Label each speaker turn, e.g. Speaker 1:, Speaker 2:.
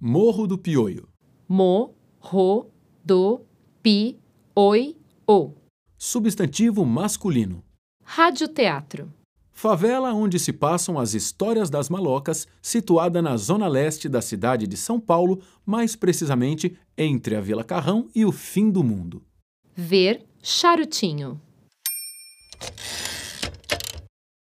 Speaker 1: Morro do Pioio.
Speaker 2: Mo, ro, do, pi, oi, o.
Speaker 1: Substantivo masculino.
Speaker 2: Radioteatro.
Speaker 1: Favela onde se passam as histórias das malocas, situada na zona leste da cidade de São Paulo, mais precisamente entre a Vila Carrão e o fim do mundo.
Speaker 2: Ver charutinho.